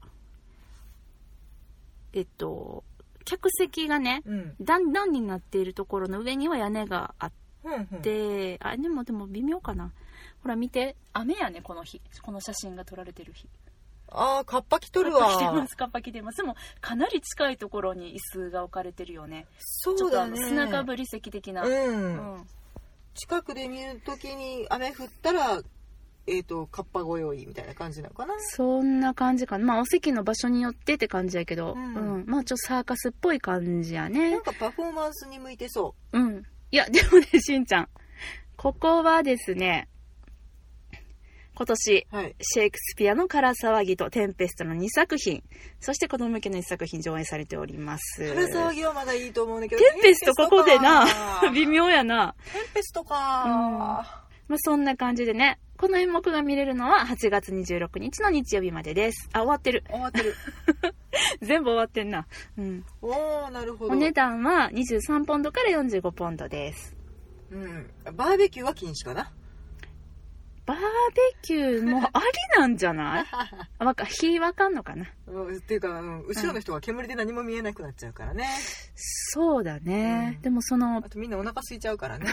Speaker 1: えっと、客席がね、
Speaker 2: うん。
Speaker 1: 段々になっているところの上には屋根があっ
Speaker 2: うんうん。
Speaker 1: て、あ、でもでも微妙かな。ほら見て、雨やね、この日。この写真が撮られてる日。
Speaker 2: ああ、カッパ着とる
Speaker 1: カッパ着てま
Speaker 2: わ。
Speaker 1: すカッパ着てますでもかなり近いところに椅子が置かれてるよねち
Speaker 2: そ
Speaker 1: ょ
Speaker 2: う
Speaker 1: っと
Speaker 2: だ
Speaker 1: あの
Speaker 2: ね。
Speaker 1: 砂かぶり席的な、
Speaker 2: うん。
Speaker 1: うん
Speaker 2: 近くで見るときに雨降ったら、えっ、と、カッパご用意みたいな感じなのかな。
Speaker 1: そんな感じかなまあお席の場所によってって感じやけど、
Speaker 2: う
Speaker 1: うんんまあちょっとサーカスっぽい感じや
Speaker 2: な
Speaker 1: ね
Speaker 2: んかパフォーマンスに向いてそ
Speaker 1: うんいやでもねしんちゃんここはですね今年
Speaker 2: う。はい。
Speaker 1: シェイクスピアの「空騒ぎ」と「テンペスト」の2作品そして子供向けの1作品上演されております
Speaker 2: 空騒ぎはまだいいと思うんだけど。
Speaker 1: テンペストここでな
Speaker 2: テンペスト か
Speaker 1: 微妙やな
Speaker 2: テンペストか、
Speaker 1: まあ、そんな感じでね、この演目が見れるのは8月26日の日曜日までです。あ、終わってる。
Speaker 2: 終わってる。
Speaker 1: 全部終わってんな。うん。
Speaker 2: おー、なるほど。
Speaker 1: お値段は23ポンドから45ポンドです。
Speaker 2: うん。バーベキューは禁止かな。
Speaker 1: バーベキュー もありなんじゃないあ、わか、火わかんのかな。
Speaker 2: うんっていうか、あの後ろの人が煙で何も見えなくなっちゃうからね。
Speaker 1: そうだね。
Speaker 2: うん
Speaker 1: でもその
Speaker 2: あ、とみんなお腹空いちゃうからね。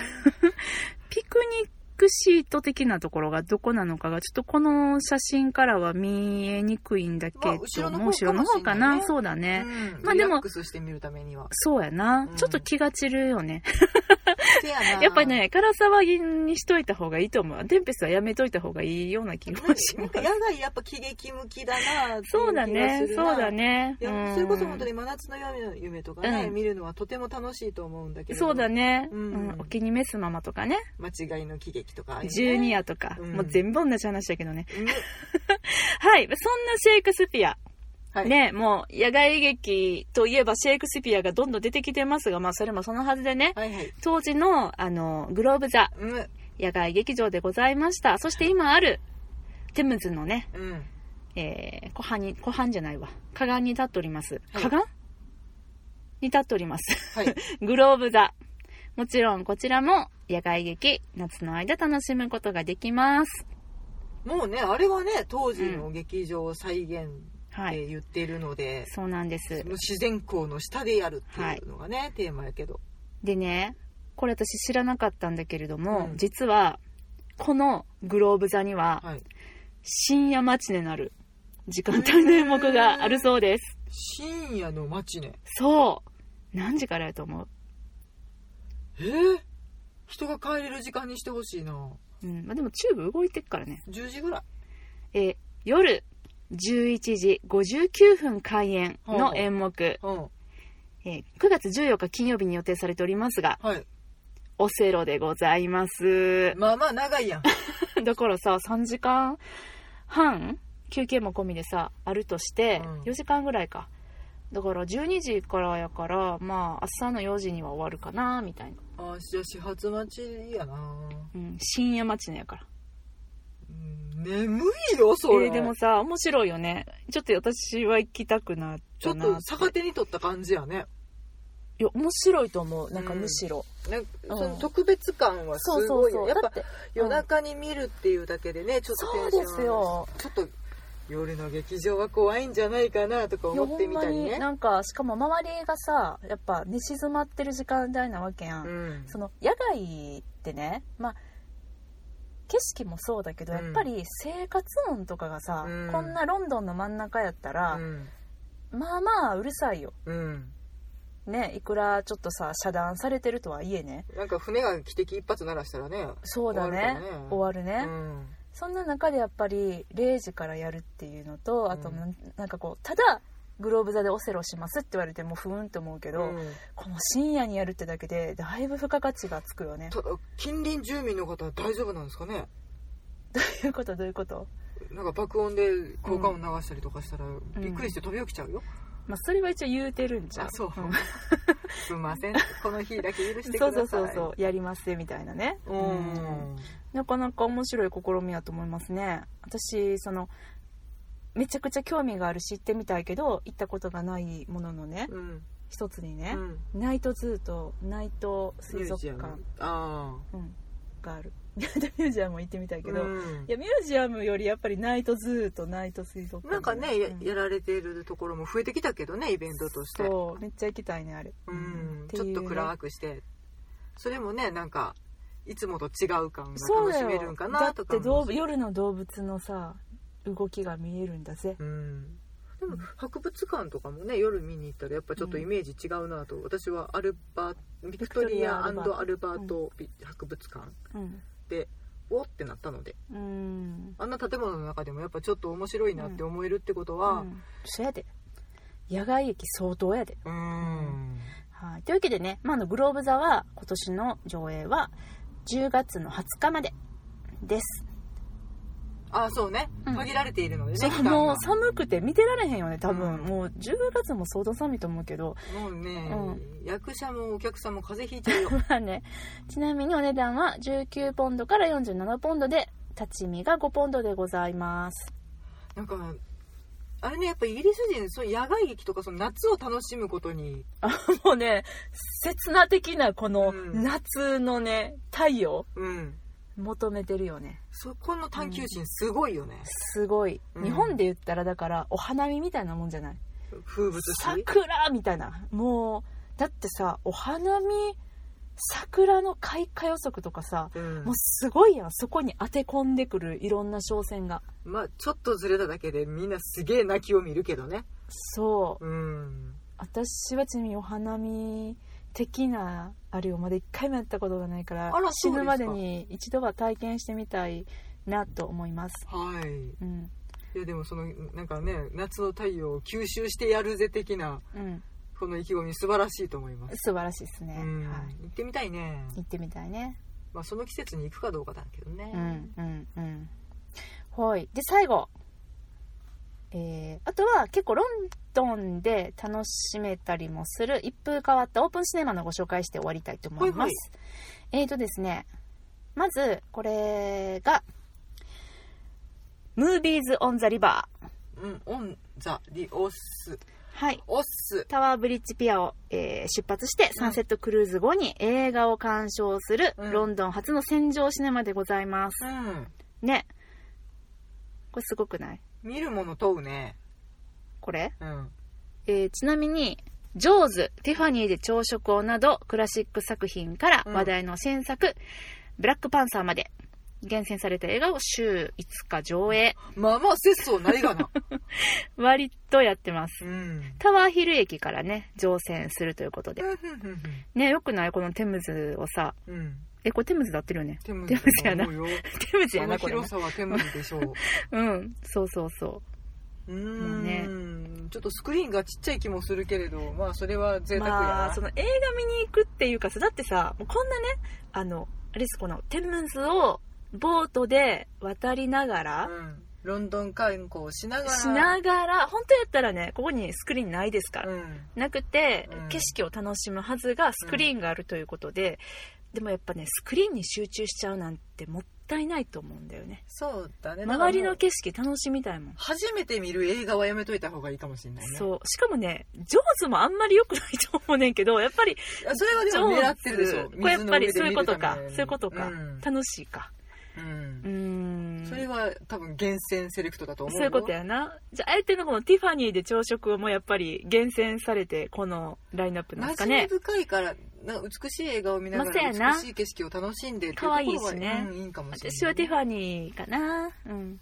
Speaker 1: ピクニックシート的なところがどこなのかが、ちょっとこの写真からは見えにくいんだけど
Speaker 2: まあ
Speaker 1: も、
Speaker 2: 後ろの方かもしれないね
Speaker 1: 後ろの方かな。そうだね。
Speaker 2: うん。
Speaker 1: まあ
Speaker 2: リ
Speaker 1: で
Speaker 2: ラ
Speaker 1: も
Speaker 2: ックスしてみるためには。
Speaker 1: そうやな
Speaker 2: う。ん
Speaker 1: ちょっと気が散るよね。
Speaker 2: せやな。
Speaker 1: やっぱ。ね、から騒ぎにしといた方がいいと思う。テンペストはやめといた方がいいような気がし
Speaker 2: な
Speaker 1: ま
Speaker 2: ん
Speaker 1: す
Speaker 2: か。野外やっぱ喜劇向きだなっていう気がする な
Speaker 1: そうだね、そうだね。
Speaker 2: いや
Speaker 1: うん
Speaker 2: それこそ本当に真夏の夜の夢とかね、
Speaker 1: うん
Speaker 2: 見るのはとても楽しいと思うんだけれど
Speaker 1: そうだね。
Speaker 2: う
Speaker 1: うんん、お気に召すままとかね。
Speaker 2: 間違いの喜劇とかああいうね
Speaker 1: ジュニアとか、
Speaker 2: うん
Speaker 1: もう全部同じ話だけどね。
Speaker 2: うん
Speaker 1: はい、そんなシェイクスピア。
Speaker 2: はい、
Speaker 1: ね、もう野外劇といえばシェイクスピアがどんどん出てきてますが、まあそれもそのはずでね。
Speaker 2: はいはい
Speaker 1: 当時の、あの、グローブ座、
Speaker 2: うん
Speaker 1: 野外劇場でございました。そして今ある、テムズのね、
Speaker 2: うん
Speaker 1: えー、湖畔に、湖畔じゃないわ。河岸に立っております。
Speaker 2: はい
Speaker 1: 河岸、に立っております。
Speaker 2: はい
Speaker 1: グローブ座。もちろんこちらも野外劇、夏の間楽しむことができます。
Speaker 2: もうねあれはね当時の劇場を再現っ
Speaker 1: は
Speaker 2: て
Speaker 1: い。
Speaker 2: 言ってるので、
Speaker 1: そうなんです
Speaker 2: その。自然光の下でやるっていうのがね、テーマやけど
Speaker 1: でね、これ私知らなかったんだけれども、
Speaker 2: うん
Speaker 1: 実は、このグローブ座には、
Speaker 2: はい
Speaker 1: 深夜待ちになる時間帯の演目があるそうです。
Speaker 2: 深夜の街ね
Speaker 1: そう。何時からやと思う
Speaker 2: えー、人が帰れる時間にしてほしいな
Speaker 1: うん。まあ、でもチューブ動いてっからね。
Speaker 2: 10時ぐらい
Speaker 1: えー夜11時59分開演の演目、
Speaker 2: うん
Speaker 3: えー9月14日金曜日に予定されておりますが、
Speaker 2: はい。
Speaker 3: オセロでござい ます。
Speaker 2: まあまあ長 いやん。
Speaker 3: だからさ、3時間半休憩も込みでさ、あるとして
Speaker 2: うん、
Speaker 3: 4時間ぐらいか。だから12時からやから、まあ朝の4時には終わるかな、みたいな。
Speaker 2: あじゃあ始発待ちやな。
Speaker 3: うん、深夜待ちのやから。
Speaker 2: うん眠いよ、それ。
Speaker 3: えーでもさ、面白いよね。ちょっと私は行きたくなった
Speaker 2: ちょっ
Speaker 3: な
Speaker 2: と逆手に取った感じやね。
Speaker 1: いや面白いと思うなんかむしろ、
Speaker 2: ね、その特別感はす
Speaker 1: そうそ
Speaker 2: ご
Speaker 1: う
Speaker 2: いよ。
Speaker 1: そう
Speaker 2: やっ
Speaker 1: だ
Speaker 2: ぱ
Speaker 1: って
Speaker 2: 夜中に見るっていうだけでね、ちょっとテ
Speaker 1: そ
Speaker 2: ン
Speaker 1: う
Speaker 2: ション
Speaker 1: ですよ
Speaker 2: ちょっと夜の劇場は怖いんじゃないかなとか
Speaker 1: いや
Speaker 2: 思
Speaker 1: ほ
Speaker 2: って
Speaker 1: ん
Speaker 2: み
Speaker 1: ま
Speaker 2: たり
Speaker 1: に
Speaker 2: ね。
Speaker 1: なんかしかも周りがさやっぱ寝静まってる時間帯なわけやん、
Speaker 2: うん
Speaker 1: その野外ってねまあ景色もそうだけど、
Speaker 2: うん
Speaker 1: やっぱり生活音とかがさ、
Speaker 2: うん
Speaker 1: こんなロンドンの真ん中やったら、
Speaker 2: うん
Speaker 1: まあまあうるさいよ
Speaker 2: うん。
Speaker 1: ねいくらちょっとさ遮断されてるとはいえね
Speaker 2: なんか船が汽笛一発鳴らしたらね。
Speaker 1: そうだね終
Speaker 2: 終
Speaker 1: わるね、
Speaker 2: うん
Speaker 1: そんな中でやっぱり0時からやるっていうのとあと
Speaker 2: うん
Speaker 1: なん,、なんかこうただグローブ座でオセロしますって言われてもふーんと思うけど、
Speaker 2: うん
Speaker 1: この深夜にやるってだけでだいぶ付加価値がつくよね。
Speaker 2: ただ近隣住民の方は大丈夫なんですかね
Speaker 1: どういうことどういうこと
Speaker 2: なんか爆音で効果音流したりとかしたら、びっくりして飛び起きちゃうよ、
Speaker 1: まあそれは一応言うてるんじゃん。
Speaker 2: そうん すいま せんこの日だけ許してく
Speaker 1: そ
Speaker 2: ださ
Speaker 1: う
Speaker 2: い
Speaker 1: そうそうそうやりますよみたいなね。
Speaker 2: うん
Speaker 1: なかなか面白い試みだと思いますね。私そのめちゃくちゃ興味があるし行ってみたいけど行ったことがないもののね
Speaker 2: うん
Speaker 1: 一つに
Speaker 2: う
Speaker 1: ね、
Speaker 2: ん
Speaker 1: ナイトズーとナイト水
Speaker 2: ミュー
Speaker 1: 族
Speaker 2: ジア
Speaker 1: 館
Speaker 2: ムあ
Speaker 1: うん、がある ミュージアムも行ってみたい
Speaker 2: あ
Speaker 1: けど、い
Speaker 2: うん
Speaker 1: やミュージアムよりやっぱりナイトズーとナイト水族館
Speaker 2: なんかねや
Speaker 1: うん
Speaker 2: やられているところも増えてきたけどねイベントとして
Speaker 1: そうめっちゃ行きたいねあれ、
Speaker 2: うん
Speaker 1: て
Speaker 2: ち
Speaker 1: いう
Speaker 2: ょ
Speaker 1: ね
Speaker 2: っと暗くしてそれもねなんかいつもと違う感が
Speaker 1: そう
Speaker 2: 楽
Speaker 1: だ
Speaker 2: し
Speaker 1: よ
Speaker 2: めるんかなとか
Speaker 1: だって動
Speaker 2: も
Speaker 1: 物夜の動物のさ動きが見えるんだぜ
Speaker 2: うんで
Speaker 1: う
Speaker 2: も
Speaker 1: ん
Speaker 2: 博物館とかもね夜見に行ったらやっぱちょっとイメージ違うなと、私はアルバビクトリアア
Speaker 1: ビクトリアア
Speaker 2: ルバートビ博物館
Speaker 1: うん
Speaker 2: でおってなったので
Speaker 1: うん
Speaker 2: あんな建物の中でもやっぱちょっと面白いなって思えるってことは
Speaker 1: うんそやで野外駅相当やで
Speaker 2: うん
Speaker 1: はい、というわけでね、まあ、あのグローブ座は今年の上映は10月の20日までです、
Speaker 2: あそうね
Speaker 1: うん
Speaker 2: 限られているのでね、
Speaker 1: そう
Speaker 2: 期間が
Speaker 1: もう寒くて見てられへんよね多分、
Speaker 2: うん
Speaker 1: もう10月も相当寒いと思うけど
Speaker 2: もうね、
Speaker 1: う
Speaker 2: 役者もお客さんも風邪ひいちゃうよ
Speaker 1: まあねちなみにお値段は19ポンドから47ポンドで立ち見が5ポンドでございます
Speaker 2: なんかあれねやっぱイギリス人そう野外劇とかその夏を楽しむことに
Speaker 1: もうね刹那的なこの
Speaker 2: うん
Speaker 1: 夏のね太陽
Speaker 2: うん
Speaker 1: 求めてるよね
Speaker 2: そこの探求心すごいよね、
Speaker 1: すごい、
Speaker 2: うん
Speaker 1: 日本で言ったらだからお花見みたいなもんじゃない
Speaker 2: 風物詩
Speaker 1: 桜みたいなもうだってさお花見桜の開花予測とかさ
Speaker 2: うん
Speaker 1: もうすごいやんそこに当て込んでくるいろんな商戦が
Speaker 2: まあちょっとずれただけでみんなすげえ泣きを見るけどね
Speaker 1: そう
Speaker 2: うん
Speaker 1: 私はちなみにお花見的なあれをまだ一回もやったことがないから
Speaker 2: あら
Speaker 1: 死
Speaker 2: そうですか
Speaker 1: ぬまでに一度は体験してみたいなと思います
Speaker 2: はい
Speaker 1: うん
Speaker 2: いやでもそのなんかね夏の太陽を吸収してやるぜ的な
Speaker 1: うん
Speaker 2: この意気込み素晴らしいと思います、
Speaker 1: 素晴らしいですね、
Speaker 2: うん
Speaker 1: はい、
Speaker 2: 行ってみたいね、
Speaker 1: 行ってみたいね
Speaker 2: まあ、その季節に行くかどうかだけどね、
Speaker 1: うんうんうんはいで最後えーあとは結構ロンドンで楽しめたりもする一風変わったオープンシネマのご紹介して終わりたいと思います、えーとですねまずこれがムービーズ・オン・ザ・リバー
Speaker 2: うんオン・ザ・リオス
Speaker 1: はい
Speaker 2: オス
Speaker 1: タワーブリッジピアを、えー出発してサンセットクルーズ後に映画を鑑賞する
Speaker 2: うん
Speaker 1: ロンドン初の戦場シネマでございます
Speaker 2: うん
Speaker 1: ねこれすごくない
Speaker 2: 見るもの問うね
Speaker 3: これ
Speaker 2: うん
Speaker 3: えーちなみに、ジョーズ、ティファニーで朝食をなど、クラシック作品から
Speaker 2: うん
Speaker 3: 話題の新作、ブラックパンサーまで、厳選された映画を週5日上映。
Speaker 2: まあまあ節操ないがな
Speaker 3: 割とやってます。
Speaker 2: うん
Speaker 3: タワーヒル駅からね、乗船するということで。
Speaker 2: う
Speaker 3: ね、よくないこのテムズをさ、
Speaker 2: ん
Speaker 3: え、これテムズだってるよね。
Speaker 2: テム
Speaker 3: ズ
Speaker 2: ズ
Speaker 3: やな
Speaker 2: と思うよ
Speaker 3: テムズ
Speaker 2: こ
Speaker 3: や
Speaker 2: の
Speaker 3: な、これな
Speaker 2: 広。さはテムズでしょう
Speaker 3: うん、そうそうそううね
Speaker 2: ーんうん、ちょっとスクリーンがちっちゃい気もするけれどまあそれは贅沢やな、
Speaker 1: まあ、その映画見に行くっていうかさだってさもうこんなねあのあれですこの天文図をボートで渡りながら、
Speaker 2: うん、ロンドン観光をしながら
Speaker 1: しながら本当やったらねここにスクリーンないですから、
Speaker 2: うん
Speaker 1: なくて、
Speaker 2: うん
Speaker 1: 景色を楽しむはずがスクリーンがあるということで、でもやっぱねスクリーンに集中しちゃうなんてもったいないと思うんだよね
Speaker 2: そうだね
Speaker 1: 周り
Speaker 2: だからも
Speaker 1: の
Speaker 2: う
Speaker 1: 景色楽しみたいもん
Speaker 2: 初めて見る映画はやめといた方がいいかもしれないね
Speaker 1: そうしかもね上手もあんまり良くないと思うねんけどやっぱり
Speaker 2: あそれはでも狙ってるでしょ
Speaker 1: 上手これやっぱりそういうことか
Speaker 2: 水の上で見るために
Speaker 1: そういうことか、
Speaker 2: うん
Speaker 1: 楽しいか
Speaker 2: うん
Speaker 1: うーん
Speaker 2: それは多分厳選セレクトだと思うよ
Speaker 1: そういうことやなじゃああえてのこのティファニーで朝食をもうやっぱり厳選されてこのラインナップなんです
Speaker 2: 馴
Speaker 1: か
Speaker 2: 染み
Speaker 1: ね
Speaker 2: 深いからな美しい映画を見なが
Speaker 1: まあ
Speaker 2: ら
Speaker 1: そうやな
Speaker 2: 美しい景色を楽しんでっていうと
Speaker 1: 可
Speaker 2: ころは
Speaker 1: 愛いしね
Speaker 2: うん、いいかもしれない
Speaker 1: 私はティファニーかなうん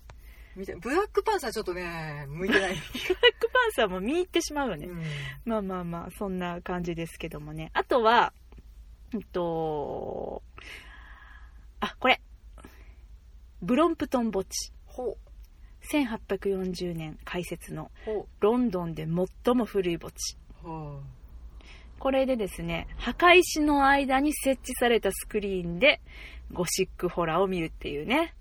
Speaker 2: みたいブラックパンサーちょっとね向いて ない、
Speaker 1: ブラックパンサーも見入ってしまうよね、
Speaker 2: うん
Speaker 1: まあまあまあそんな感じですけどもねあとはうんとあこれブロンプトン墓地
Speaker 2: ほう
Speaker 1: 1840年開設の
Speaker 2: ほ
Speaker 1: ロンドンで最も古い墓地
Speaker 2: うほ
Speaker 1: これでですね墓石の間に設置されたスクリーンでゴシックホラーを見るっていうね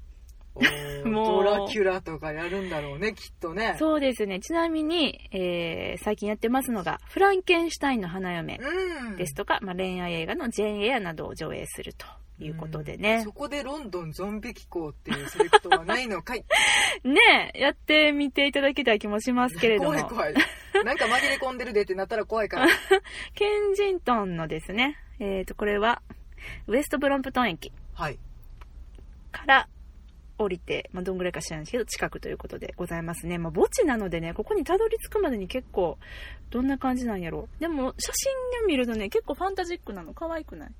Speaker 2: うお ー
Speaker 1: もう
Speaker 2: ドラキュラとかやるんだろうねきっとね
Speaker 1: そうですねちなみに、えー最近やってますのが「フランケンシュタインの花嫁」
Speaker 2: うん
Speaker 1: ですとか、まあ、恋愛映画の「ジェーン・エア」などを上映するということで
Speaker 2: うん
Speaker 1: ね
Speaker 2: そ、こでロンドンゾンビ機構っていうセレクトはないのかい
Speaker 1: ねえやってみていただきたい気もしますけれども
Speaker 2: 怖い怖いなんか紛れ込んでるでってなったら怖いから
Speaker 1: ケンジントンのですねえー、とこれはウエストブロンプトン駅
Speaker 2: はい
Speaker 1: から降りて、まあ、どんぐらいか知らないですけど近くということでございますね、まあ、墓地なのでねここにたどり着くまでに結構どんな感じなんやろうでも写真で見るとね結構ファンタジックなの可愛くない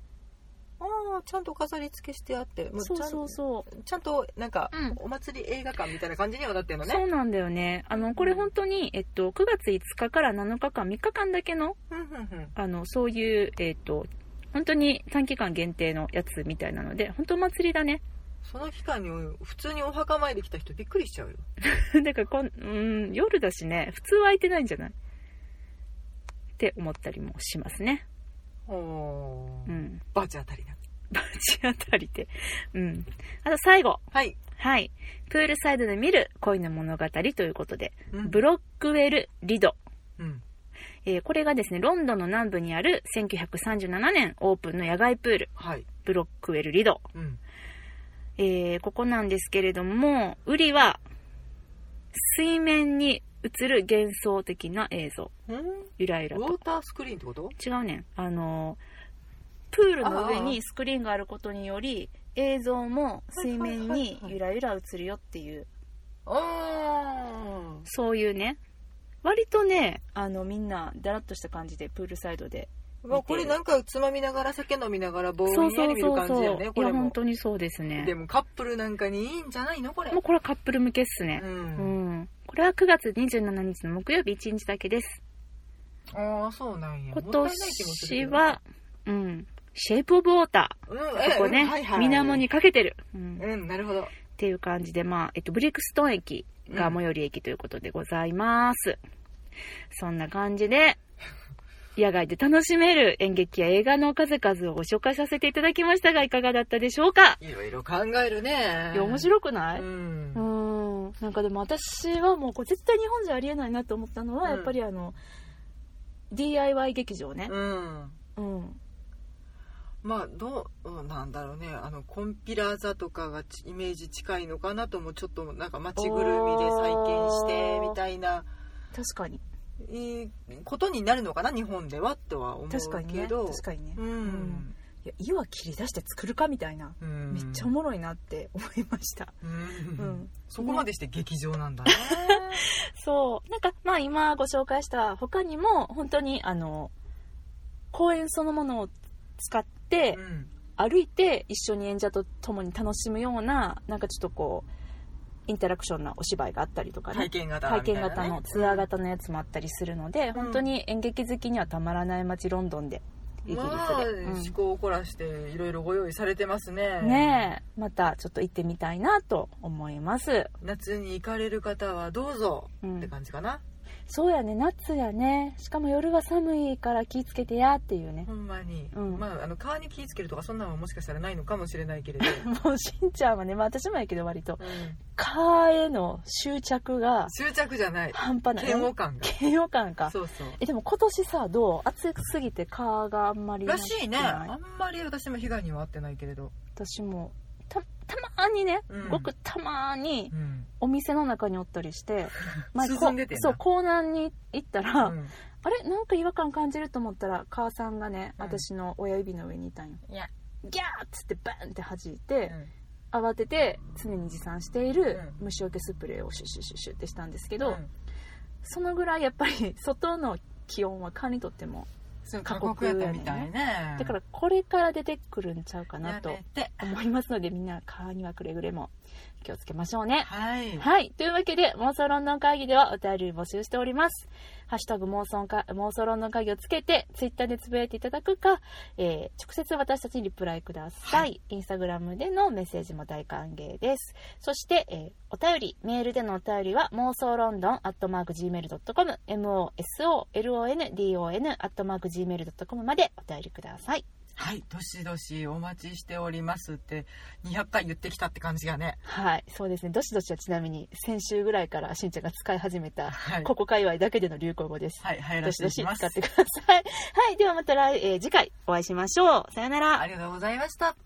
Speaker 2: ああちゃんと飾り付けしてあっても
Speaker 1: そう
Speaker 2: ちゃん
Speaker 1: そうそう
Speaker 2: ちゃんとなんか、
Speaker 1: うん
Speaker 2: お祭り映画館みたいな感じにはなってるのね
Speaker 1: そうなんだよね。あの、これ本当に、えっと、9月5日から7日間、3日間だけの、
Speaker 2: ふんふんふん
Speaker 1: あの、そういう、えっと、本当に短期間限定のやつみたいなので、本当お祭りだね。
Speaker 2: その期間に普通にお墓参り来た人びっくりしちゃうよ
Speaker 1: だからこん、うん、夜だしね、普通は空いてないんじゃないって思ったりもしますね。
Speaker 2: おー、
Speaker 1: うん。
Speaker 2: バチ当たりな
Speaker 1: バチ当たりで。うん。あと最後。
Speaker 2: はい、
Speaker 1: はい。プールサイドで見る恋の物語ということで、
Speaker 2: うん
Speaker 1: ブロックウェル・リド。
Speaker 2: うん
Speaker 1: えーこれがですね、ロンドンの南部にある1937年オープンの野外プール、
Speaker 2: はい
Speaker 1: ブロックウェルリド。
Speaker 2: うん
Speaker 1: えーここなんですけれども、売りは、水面に映る幻想的な映像。
Speaker 2: うん
Speaker 1: ゆらゆ
Speaker 2: ウ
Speaker 1: ら
Speaker 2: ォー
Speaker 1: と。
Speaker 2: タースクリーンってこと
Speaker 1: 違うねん。あのー、プールの上
Speaker 2: あ
Speaker 1: に
Speaker 2: ー
Speaker 1: スクリーンがあることにより、映像も水面
Speaker 2: はいはい
Speaker 1: に
Speaker 2: はいはい
Speaker 1: ゆらゆら映るよっていう、
Speaker 2: あ
Speaker 1: そういうね、割とね、あの、みんな、だらっとした感じで、プールサイドで
Speaker 2: あまあこれなんかつまみながら酒飲みながら棒
Speaker 1: そう
Speaker 2: にや
Speaker 1: そ
Speaker 2: り
Speaker 1: う
Speaker 2: 見る
Speaker 1: そう
Speaker 2: 感じだ
Speaker 1: そ
Speaker 2: よ
Speaker 1: う。い
Speaker 2: ね
Speaker 1: や、
Speaker 2: これ
Speaker 1: 本
Speaker 2: も
Speaker 1: 当にそうですね
Speaker 2: で。もカップルなんかにいいんじゃないのこれ
Speaker 1: もうこれはカップル向けっすね
Speaker 2: う。、
Speaker 1: うんん。これは9月27日の木曜日1日だけです。
Speaker 2: ああそうなんや
Speaker 1: 今
Speaker 2: もったいない気もするけ
Speaker 1: 年
Speaker 2: ど
Speaker 1: は、うん。シェイプオブウォーター。
Speaker 2: うん
Speaker 1: ここ
Speaker 2: え
Speaker 1: ね
Speaker 2: はいは、い
Speaker 1: 水面にかけてる。うん。っ
Speaker 2: うんなるほど
Speaker 1: ていう感じで、まあ、えっと、ブリクストン駅が最寄り駅ということでございます。そんな感じで、野外で楽しめる演劇や映画の数々をご紹介させていただきましたが、いかがだったでしょうか
Speaker 2: いろいろ考えるね
Speaker 1: いや、面白くない
Speaker 2: うん
Speaker 1: う、ん、なんかでも私はもうこれ絶対日本じゃありえないなと思ったのは、
Speaker 2: うん
Speaker 1: やっぱりあの DIY 劇場ね、
Speaker 2: うん、
Speaker 1: うん
Speaker 2: まあどううんなんだろうねあのコンピラー座とかがちイメージ近いのかなともちょっとなんか街ぐるみで再建してみたいな、
Speaker 1: 確かに
Speaker 2: いいことになるのかな日本ではとは思うけど
Speaker 1: 確かにね確かにね、
Speaker 2: うん、
Speaker 1: んいや岩切り出して作るかみたいな、
Speaker 2: うん
Speaker 1: めっちゃおもろいなって思いました、
Speaker 2: うん
Speaker 1: うん、
Speaker 2: そこまでして劇場なんだね
Speaker 1: そうなんかまあ今ご紹介した他にも本当にあの公園そのものを使って、
Speaker 2: うん
Speaker 1: 歩いて一緒に演者と共に楽しむようななんかちょっとこうインタラクションなお芝居があったりとかね
Speaker 2: 体験型み
Speaker 1: 体
Speaker 2: たい
Speaker 1: 験
Speaker 2: なね
Speaker 1: 型のツアー型のやつもあったりするので、本当に演劇好きにはたまらない街ロンドンでイギリスで、
Speaker 2: まあ、
Speaker 1: うん
Speaker 2: 趣向を凝らしていろいろご用意されてますね
Speaker 1: ねえまたちょっと行ってみたいなと思います、
Speaker 2: 夏に行かれる方はどうぞ
Speaker 1: うん
Speaker 2: って感じかな、
Speaker 1: そうやね夏やねしかも夜は寒いから気ぃつけてやっていうね
Speaker 2: ほんまに、
Speaker 1: うん
Speaker 2: まああの川に気ぃつけるとかそんなのはもしかしたらないのかもしれないけれど、
Speaker 1: もうしんちゃんはね、まあ、私もやけど割と
Speaker 2: うん
Speaker 1: 蚊への執着が
Speaker 2: 執着じゃない
Speaker 1: 半端ない
Speaker 2: 嫌悪感が
Speaker 1: 嫌悪感か
Speaker 2: そうそう
Speaker 1: えでも今年さどう暑すぎて蚊があんまり
Speaker 2: らしいね
Speaker 1: なくない
Speaker 2: あんまり私も被害には遭ってないけれど、
Speaker 1: 私もたたまにね、
Speaker 2: うん
Speaker 1: ごくたまに
Speaker 2: うん
Speaker 1: お店の中におったり して前こ
Speaker 2: 進んでてんな
Speaker 1: そう港南に行った
Speaker 2: う
Speaker 1: ら、
Speaker 2: ん
Speaker 1: あれなんか違和感感じると思ったら母さんがね
Speaker 2: うん
Speaker 1: 私の親指の上にいたんよ、
Speaker 2: いや
Speaker 1: ギャーっつってバーンって弾いて、
Speaker 2: うん
Speaker 1: 慌てて常に持参している
Speaker 2: う
Speaker 1: 虫除けスプレーをシュシュシュシュってしたんですけど、
Speaker 2: うん
Speaker 1: そのぐらいやっぱり 外の気温は蚊にとっても
Speaker 2: そう
Speaker 1: 過
Speaker 2: 過
Speaker 1: 酷
Speaker 2: 酷やったみたいね
Speaker 1: だからこれから出てくるんちゃうかな
Speaker 2: や
Speaker 1: と
Speaker 2: めて
Speaker 1: 思いますのでみんな蚊にはくれぐれも気をつけましょうね
Speaker 2: はい
Speaker 1: はい。というわけで、妄想論論会議ではお便り募集しております。ハッシュタグ妄想か妄想論論会議をつけて、ツイッターでつぶやいていただくか、えー直接私たちにリプライください。
Speaker 2: は
Speaker 1: インスタグラムでのメッセージも大歓迎です。そして、えーお便り、メールでのお便りは、妄想ロンドンアットマーク Gmail.com、mosolondon アットマーク Gmail.com までお便りください。
Speaker 2: はいどしどしお待ちしておりますって200回言ってきたって感じがね
Speaker 1: はい。そうですね。どしどしはちなみに、先週ぐらいからしんちゃんが使い始めた、
Speaker 2: はい
Speaker 1: ここ界隈だけでの流行語です。
Speaker 2: はい入
Speaker 1: ど
Speaker 2: ら
Speaker 1: し
Speaker 2: せて
Speaker 1: ど
Speaker 2: い
Speaker 1: し使
Speaker 2: き
Speaker 1: って
Speaker 2: ます
Speaker 1: ください。はい。ではまた来、えー次回お会いしましょう。さよなら。
Speaker 2: ありがとうございました